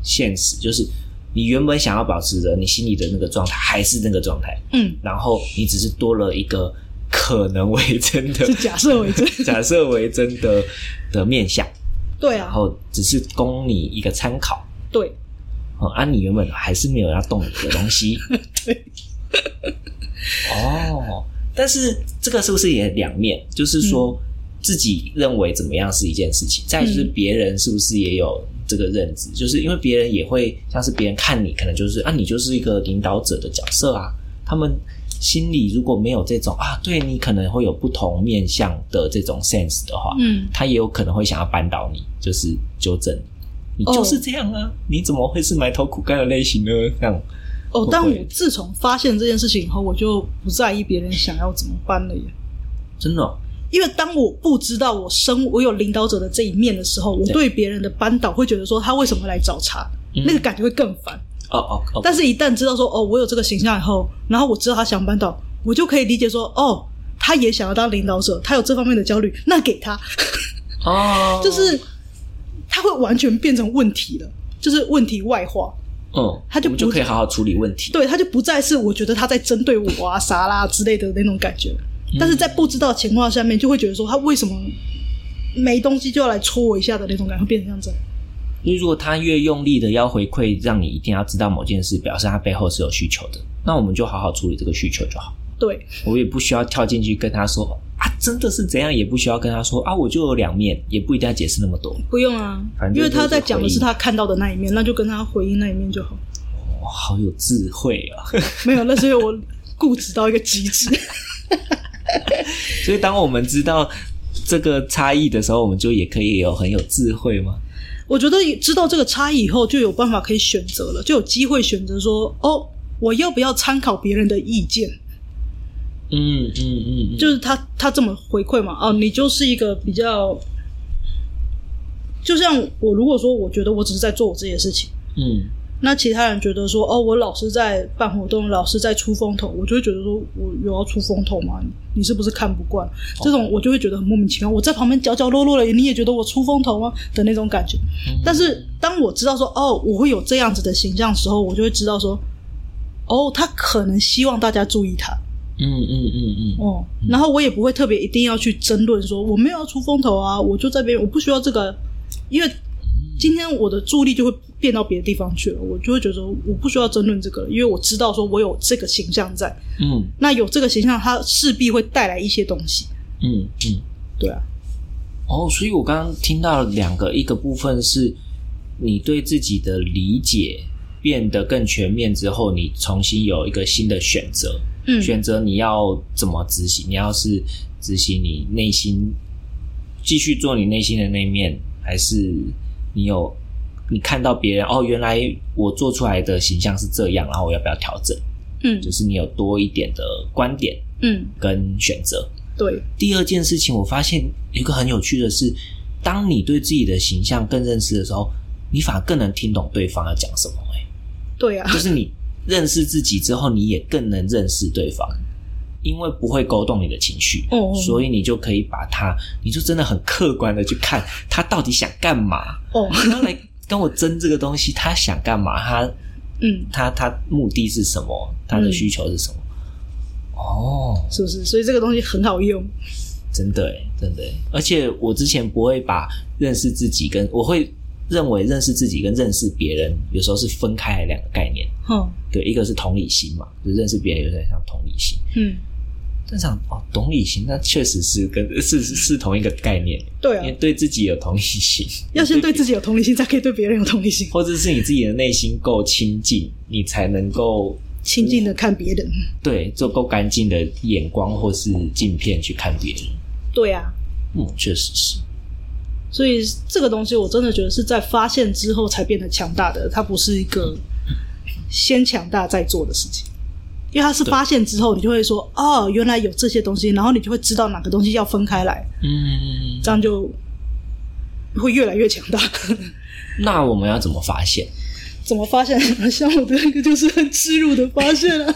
现实，就是你原本想要保持的，你心里的那个状态还是那个状态，嗯，然后你只是多了一个可能为真 <laughs> 的是假设为真， <laughs> 假设为真的的面相，对然啊，后只是供你一个参考。对嗯、啊，你原本还是没有要动你的东西。 <laughs> 对，哦，但是这个是不是也两面？就是说自己认为怎么样是一件事情，再来就是嗯别人是不是也有这个认知？就是因为别人也会像是别人看你，可能就是啊，你就是一个领导者的角色啊。他们心里如果没有这种啊，对你可能会有不同面向的这种 sense 的话，嗯，他也有可能会想要扳倒你，就是纠正你。你哦就是这样啊！你怎么会是埋头苦干的类型呢？这样，哦会，但我自从发现这件事情以后，我就不在意别人想要怎么办了耶，真的哦、因为当我不知道我身我有领导者的这一面的时候，我对对嗯别人的扳倒会觉得说他为什么会来找茬，那个感觉会更烦。哦哦哦，但是，一旦知道说哦，我有这个形象以后，然后我知道他想扳倒，我就可以理解说哦，他也想要当领导者，他有这方面的焦虑，那给他， <laughs> 哦，就是他会完全变成问题了，就是问题外化。嗯，他就我们就不可以好好处理问题。对他就不再是我觉得他在针对我啊、啥啦之类的那种感觉。嗯但是在不知道的情况下面，就会觉得说他为什么没东西就要来戳我一下的那种感觉，会变成这样子。因为如果他越用力的要回馈，让你一定要知道某件事，表示他背后是有需求的，那我们就好好处理这个需求就好。对我也不需要跳进去跟他说啊，真的是怎样，也不需要跟他说啊，我就有两面，也不一定要解释那么多。不用啊反，正因为他在就是讲的是回应他看到的那一面，那就跟他回应那一面就好。哇、好有智慧啊！ <laughs> 没有，那是因为我固执到一个极致。所以当我们知道这个差异的时候，我们就也可以有很有智慧吗？我觉得知道这个差异以后，就有办法可以选择了，就有机会选择说哦，我要不要参考别人的意见？嗯嗯嗯，就是他他这么回馈嘛，哦，你就是一个比较，就像我如果说我觉得我只是在做我自己的事情，嗯那其他人觉得说哦，我老是在办活动，老是在出风头，我就会觉得说我有要出风头吗？你你是不是看不惯？这种我就会觉得很莫名其妙。我在旁边角角落落的，你也觉得我出风头吗？的那种感觉。嗯但是当我知道说哦，我会有这样子的形象的时候，我就会知道说哦，他可能希望大家注意他。嗯嗯嗯嗯，哦，然后我也不会特别一定要去争论说我没有要出风头啊，我就这边我不需要这个，因为今天我的注意力就会变到别的地方去了，我就会觉得我不需要争论这个了，因为我知道说我有这个形象在，嗯那有这个形象，它势必会带来一些东西，嗯嗯。对啊，哦，所以我刚刚听到两个，一个部分是你对自己的理解变得更全面之后，你重新有一个新的选择，嗯选择你要怎么执行，你要是执行你内心继续做你内心的那一面，还是你有你看到别人哦，原来我做出来的形象是这样，然后我要不要调整？嗯就是你有多一点的观点嗯，跟选择。对，第二件事情，我发现有一个很有趣的是，当你对自己的形象更认识的时候，你反而更能听懂对方要讲什么、欸。对 <laughs> 啊，就是你认识自己之后，你也更能认识对方，因为不会勾动你的情绪，哦哦所以你就可以把他，你就真的很客观的去看他到底想干嘛，哦，他来跟我争这个东西，他想干嘛，他嗯，他他目的是什么，他的需求是什么。哦，是不是？所以这个东西很好用，真的欸，真的欸。而且我之前不会把认识自己跟我会认为认识自己跟认识别人有时候是分开来两个概念。哼，对，一个是同理心嘛，就认识别人有点像同理心。嗯，正常哦，同理心那确实是跟是是是同一个概念，对因啊为，对自己有同理心，要先对自己有同理心，才可以对别人有同理心， <laughs> 或者是你自己的内心够清净，你才能够亲近的看别人，对做够干净的眼光或是镜片去看别人。对啊，嗯，确实是。所以这个东西我真的觉得是在发现之后才变得强大的，它不是一个先强大再做的事情。因为它是发现之后，你就会说哦，原来有这些东西，然后你就会知道哪个东西要分开来，嗯，这样就会越来越强大。那我们要怎么发现？怎么发现？像我的那个就是很耻辱的发现啊！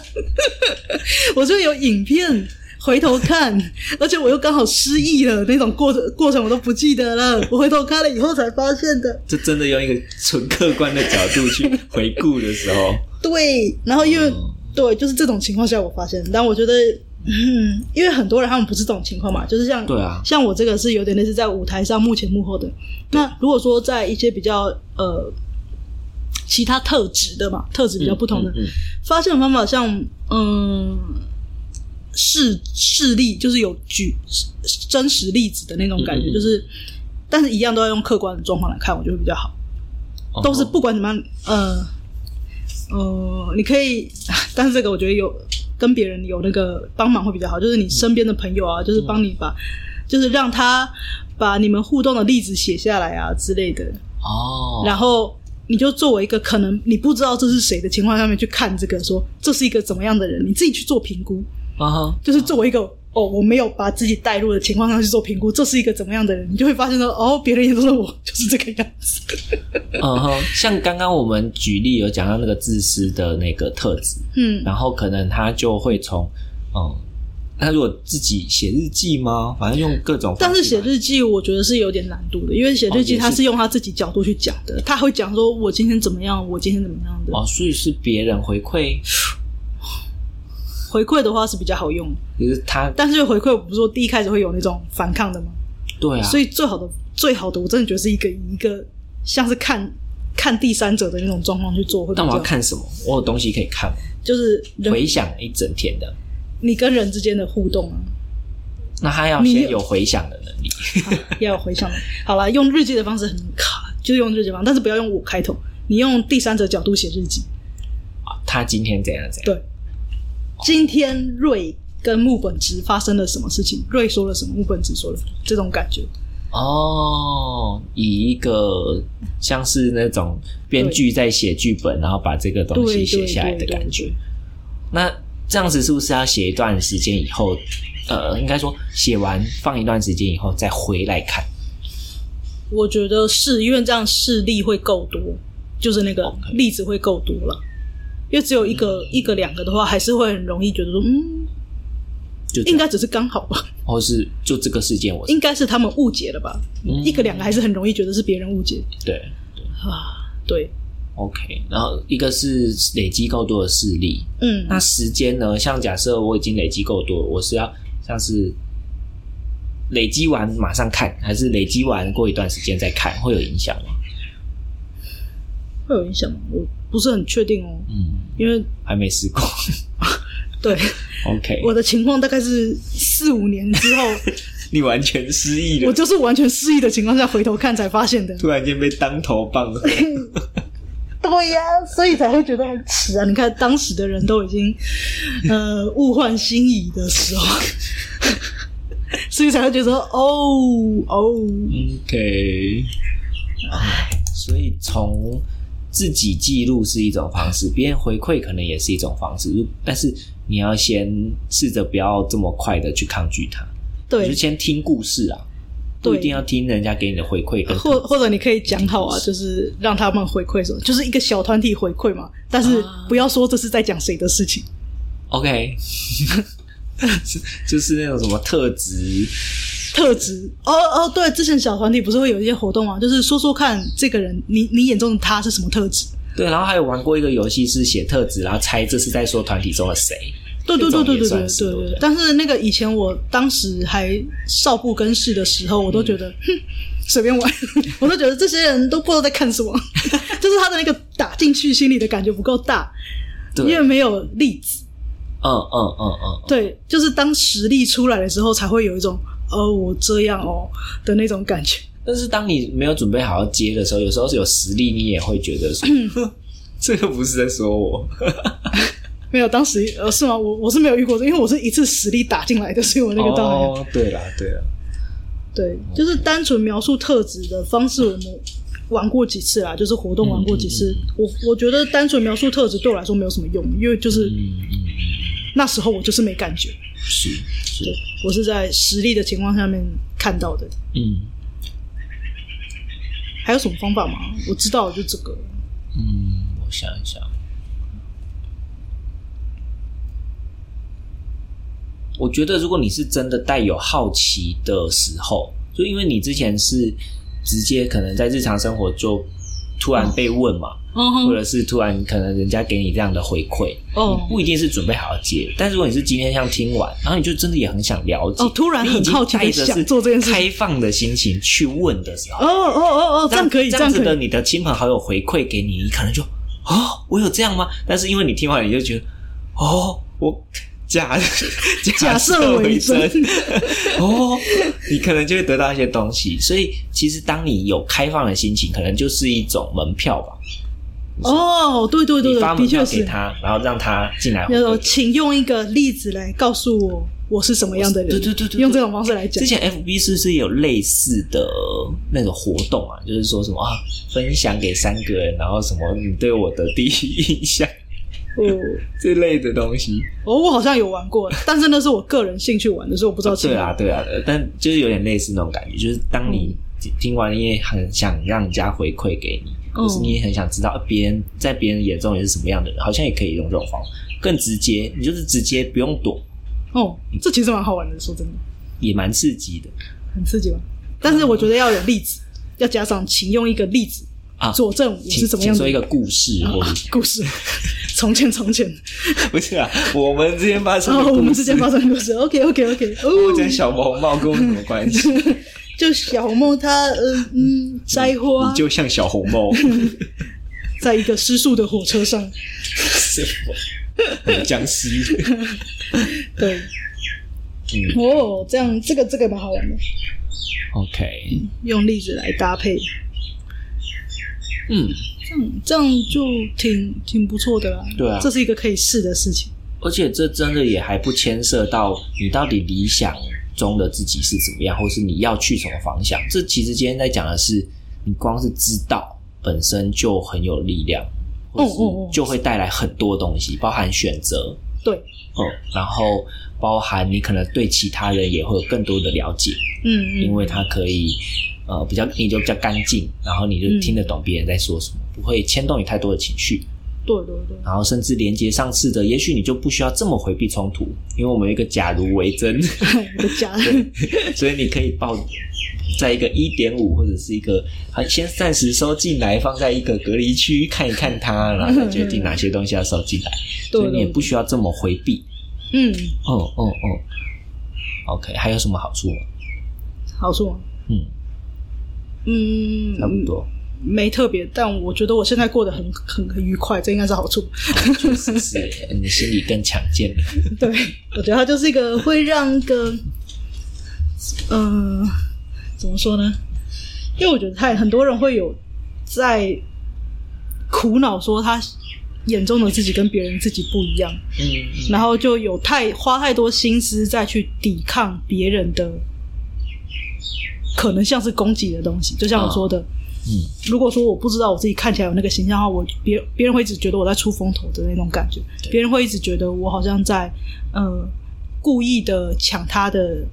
<laughs> 我就有影片回头看，而且我又刚好失忆了，那种过程过程我都不记得了，我回头看了以后才发现的。就真的用一个纯客观的角度去回顾的时候，对，然后因为、对，就是这种情况下我发现，但我觉得， <laughs> 嗯，因为很多人他们不是这种情况嘛，就是像对啊像我这个是有点类似在舞台上幕前幕后的。那如果说在一些比较呃其他特质的嘛，特 <laughs> 质比较不同的、嗯嗯嗯发现的方法像，嗯。视视力就是有举真实例子的那种感觉，嗯嗯嗯就是，但是一样都要用客观的状况来看，我觉得会比较好。嗯都是不管怎么样，呃呃，你可以， <laughs> 但是这个我觉得有跟别人有那个帮忙会比较好，就是你身边的朋友啊，就是帮你把，就是让他把你们互动的例子写下来啊之类的，哦，然后。你就作为一个可能你不知道这是谁的情况下面去看这个，说这是一个怎么样的人，你自己去做评估。啊哈就是作为一个哦，我没有把自己带入的情况下去做评估，这是一个怎么样的人，你就会发现说，哦，别人眼中的我就是这个样子。嗯哼，像刚刚我们举例有讲到那个自私的那个特质，嗯，然后可能他就会从嗯，他如果自己写日记吗？反正用各种方但式吧，是写日记我觉得是有点难度的，因为写日哦也记是他是用他自己角度去讲的，他会讲说我今天怎么样，我今天怎么样的。哦，所以是别人回馈，回馈的话是比较好用，就是他但是回馈我不是说第一开始会有那种反抗的吗？对啊，所以最好的最好的，我真的觉得是一个以一个像是看看第三者的那种状况去做会比但我要较，看什么？我有东西可以看吗，就是人回想一整天的。你跟人之间的互动啊。那他要你先有回想的能力，要有回想的。好啦，用日记的方式很卡，就用日记的方式，但是不要用我开头，你用第三者角度写日记。啊他今天怎样怎样？对，今天瑞跟木本直发生了什么事情？瑞说了什么？木本直说了什么这种感觉。哦，以一个像是那种编剧在写剧本，然后把这个东西对写对下来对的对感觉对。，那这样子是不是要写一段时间以后？呃，应该说写完放一段时间以后再回来看。我觉得是因为这样事例会够多，就是那个 OK 嗯例子会够多了。因为只有一个、一个两个的话，还是会很容易觉得说，嗯，就这应样，该只是刚好吧，或是就这个事件我，应该是他们误解了吧。嗯一个两个还是很容易觉得是别人误解对啊。对， OK。然后一个是累积够多的事例，嗯，那时间呢？像假设我已经累积够多，我是要像是累积完马上看，还是累积完过一段时间再看，会有影响吗？会有影响吗？我不是很确定哦，嗯，因为还没试过。对 OK，我的情况大概是四五年之 <laughs> 后，你完全失忆我了，就是完全失忆的情况下回头看才发现的。突然间被当头棒喝。对呀、所以才会觉得很耻啊！你看当时的人都已经呃物换星移的时候， <laughs> 所以才会觉得说哦哦， OK，所以从自己记录是一种方式，别人回馈可能也是一种方式，如但是你要先试着不要这么快的去抗拒它，你对就，先听故事啊，不对一定要听人家给你的回馈跟或或者你可以讲好啊，就是让他们回馈什么，就是一个小团体回馈嘛，但是啊不要说这是在讲谁的事情。 OK，是就是那种什么特质，特质。哦哦，对，之前小团体不是会有一些活动吗？就是说说看这个人，你你眼中的他是什么特质？对，然后还有玩过一个游戏是写特质，然后猜这是在说团体中的谁，对对对对这种对也对算对是对对不对对。但是那个以前我当时还少不更事的时候，我都觉得、哼，随便玩， <laughs> 我都觉得这些人都不知道在看什么， <laughs> 就是他的那个打进去心里的感觉不够大，因对，为嗯没有例子。嗯嗯嗯，对，就是当实力出来的时候，才会有一种哦，我这样哦的那种感觉。但是当你没有准备好要接的时候，有时候是有实力，你也会觉得说，哼这个不是在说我。没有，当时呃是吗？我我是没有遇过这，因为我是一次实力打进来的，所以我那个当然、哦，对啦，对啦，对，就是单纯描述特质的方式，我们玩过几次啦，就是活动玩过几嗯次。我我觉得单纯描述特质对我来说没有什么用，因为就是、嗯嗯，那时候我就是没感觉，是是，对我是在实力的情况下面看到的。嗯还有什么方法吗？我知道就这个，嗯，我想一想，我觉得如果你是真的带有好奇的时候，就因为你之前是直接可能在日常生活就突然被问嘛，或哦者是突然可能人家给你这样的回馈，哦你不一定是准备好接，但如果你是今天像听完，然后你就真的也很想了解，哦突然很好奇地你已经带着想做这件事是开放的心情去问的时候，哦哦哦，这样可以，这这样样子可的以，你的亲朋好友回馈给你，你可能就哦，我有这样吗？但是因为你听完你就觉得哦，我。假 <laughs> 假设为为真 <laughs> 哦，你可能就会得到一些东西，所以其实当你有开放的心情，可能就是一种门票吧。哦，对对对你对，发的门票确给是。他，然后让他进来回然后，馈。请用一个例子来告诉我我是什么样的人。哦对对对对 <laughs> 对用这种方式来讲之。前 FB 是不是也有类似的那种活动啊？就是说什么啊，分享给三个人，然后什么你对我的第一印象，我这类的东西。嗯哦我我好像有玩过， <laughs> 但是那是我个人兴趣玩的，所以我不知道其对他。啊，对啊，对啊但就是有点类似那种感觉，就是当嗯你听完，你也很想让人家回馈给你，嗯可是你也很想知道啊别人在别人眼中你是什么样的人，好像也可以用这种方法，更直接，你就是直接不用躲，哦，这其实蛮好玩的，说真的，也蛮刺激的很刺激吧？但是我觉得要有例子，要加上请用一个例子啊。佐证我请是怎么样请的啊说一个故事，<laughs> 或者故事。从前，从前，不是 <laughs> 啊，我们之间发生然的后故哦事，我们之间发生的故事。OK，OK，OK。我哦，讲小红帽跟我什么 <laughs> 关系？就小红帽她，呃嗯，摘花你，就像小红 <laughs> 帽，在一个失速的火车上，什么僵尸？对，嗯哦，这样这个这个蛮好玩的， ，OK，用例子来搭配，嗯，这样这样就挺挺不错的啦。对啊这是一个可以试的事情。而且这真的也还不牵涉到你到底理想中的自己是怎么样，或是你要去什么方向。这其实今天在讲的是，你光是知道本身就很有力量，或哦哦哦是就会带来很多东西，包含选择，对，哦，然后包含你可能对其他人也会有更多的了解，嗯因嗯，为它可以。呃，比较你就比较干净，然后你就嗯听得懂别人在说什么，不会牵动你太多的情绪。对对对，然后甚至连接上次的，也许你就不需要这么回避冲突，因为我们有一个假如为真， <laughs> <laughs> 我的家，所以你可以抱在一个一点五或者是一个，啊先暂时收进来，放在一个隔离区看一看它，然后再决定哪些东西要收进来，对所以你也对不需要这么回避。嗯，哦哦哦，OK，还有什么好处吗？好处吗？嗯，嗯，差不多，没特别，但我觉得我现在过得很很很愉快，这应该是好处。啊确实是你的心理更强健了。对，我觉得它就是一个会让一个，嗯、怎么说呢？因为我觉得他很多人会有在苦恼，说他眼中的自己跟别人自己不一样，嗯，然后就有太花太多心思再去抵抗别人的，可能像是攻击的东西。就像我说的，嗯，如果说我不知道我自己看起来有那个形象的话，我别别人会一直觉得我在出风头的那种感觉，对别人会一直觉得我好像在呃故意的抢他的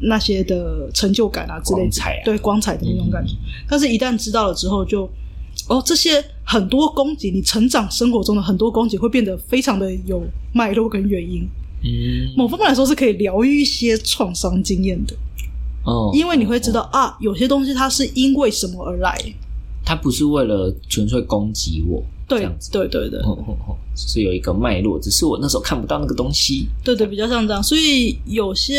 那些的成就感啊之类光的，彩啊对光彩的那种感觉。嗯但是，一旦知道了之后就，哦，这些很多攻击，你成长生活中的很多攻击会变得非常的有脉络跟原因。嗯，某方面来说，是可以疗愈一些创伤经验的，哦因为你会知道啊，有些东西它是因为什么而来。他不是为了纯粹攻击我，这对样子对对对，哦哦哦，是有一个脉络，只是我那时候看不到那个东西。对对，比较像这样。所以有些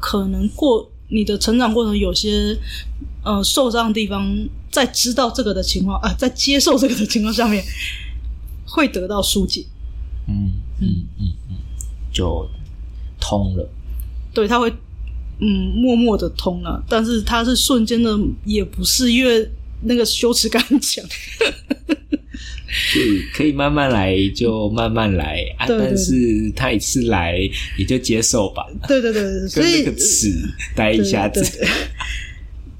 可能过你的成长过程，有些呃受伤的地方，在知道这个的情况啊、在接受这个的情况下面，会得到疏解。嗯嗯嗯嗯，就通了。对，他会嗯默默的通了、但是他是瞬间的，也不是因为那个羞耻感很强。所以可以慢慢来，就慢慢来啊！对对但是他一次来，也就接受吧， <laughs> 对对对对，所跟以那个尺待一下子对。对对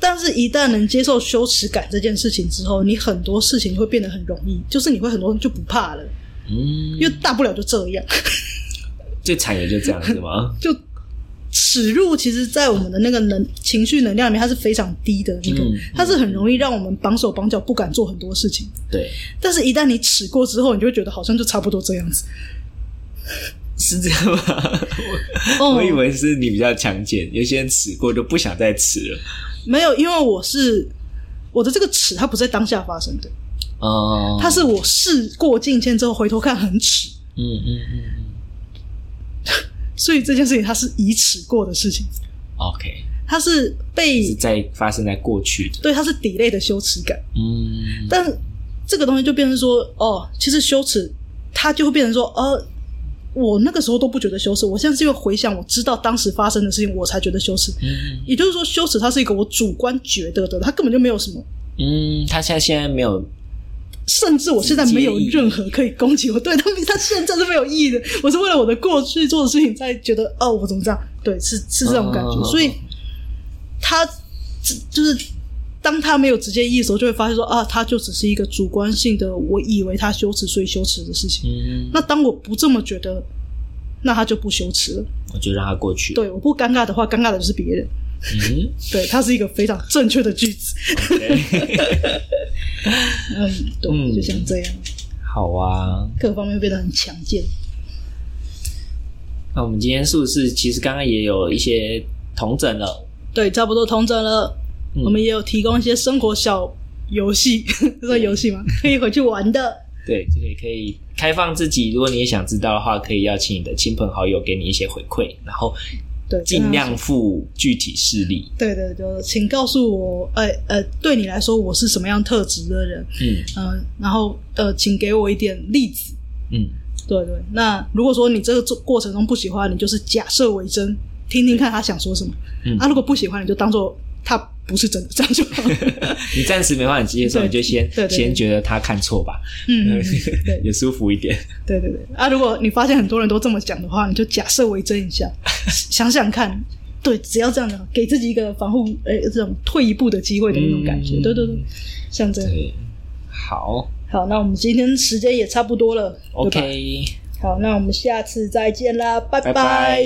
但是，一旦能接受羞耻感这件事情之后，你很多事情会变得很容易，就是你会很多就不怕了，嗯，因为大不了就这样。最惨也就这样子嘛。就耻辱，其实，在我们的那个能情绪能量里面，它是非常低的那个，嗯它是很容易让我们绑手绑脚，不敢做很多事情。 <laughs> 对，但是，一旦你耻过之后，你就会觉得好像就差不多这样子。是这样吗？哦我以为是你比较强健，有些人吃过就不想再吃了。没有，因为我是我的这个耻，它不是在当下发生的，哦，它是我事过境迁之后回头看很耻，嗯嗯嗯嗯所以这件事情它是已耻过的事情， ，OK，它是被是在发生在过去的。对它是 delay 的羞耻感。嗯，但这个东西就变成说，哦，其实羞耻，它就会变成说，呃，我那个时候都不觉得羞耻，我现在是因为回想，我知道当时发生的事情，我才觉得羞耻。嗯也就是说，羞耻它是一个我主观觉得的，它根本就没有什么，嗯，他现在现在没有，甚至我现在没有任何可以攻击我，对他们，他现在是没有意义的。我是为了我的过去做的事情才觉得，哦，我怎么这样？对，是是这种感觉，哦所以他这就是当他没有直接意义的时候，就会发现说啊，他就只是一个主观性的，我以为他羞耻，所以羞耻的事情。嗯，那当我不这么觉得，那他就不羞耻了。我就让它过去。对，我不尴尬的话，尴尬的就是别人。嗯，对，它是一个非常正确的句子。嗯，嗯对，就像这样，好啊。各方面变得很强健。那我们今天是不是其实刚刚也有一些同整了？对，差不多通整了。嗯我们也有提供一些生活小游戏， <laughs> 这算游戏吗？可以回去玩的。对，这个也可以开放自己。如果你也想知道的话，可以邀请你的亲朋好友给你一些回馈，然后对，尽跟他量附具体事例。对对对，请告诉我，呃呃，对你来说我是什么样特质的人？嗯嗯、然后呃，请给我一点例子。嗯，对对，那如果说你这个做过程中不喜欢，你就是假设为真，听听看他想说什么。嗯啊，如果不喜欢，你就当做他不是真的，这样就好。 <laughs> 你暂时没办法接受，对你就先对对对先觉得他看错吧， <laughs> 嗯，嗯嗯对也舒服一点。对对对。啊，如果你发现很多人都这么讲的话，你就假设为真一 <laughs> 下，想想看。对，只要这样就好，给自己一个防护，呃，这种退一步的机会的那种感觉。嗯对对对，像这样。对，好好，那我们今天时间也差不多了对吧，OK，好，那我们下次再见啦，拜拜拜。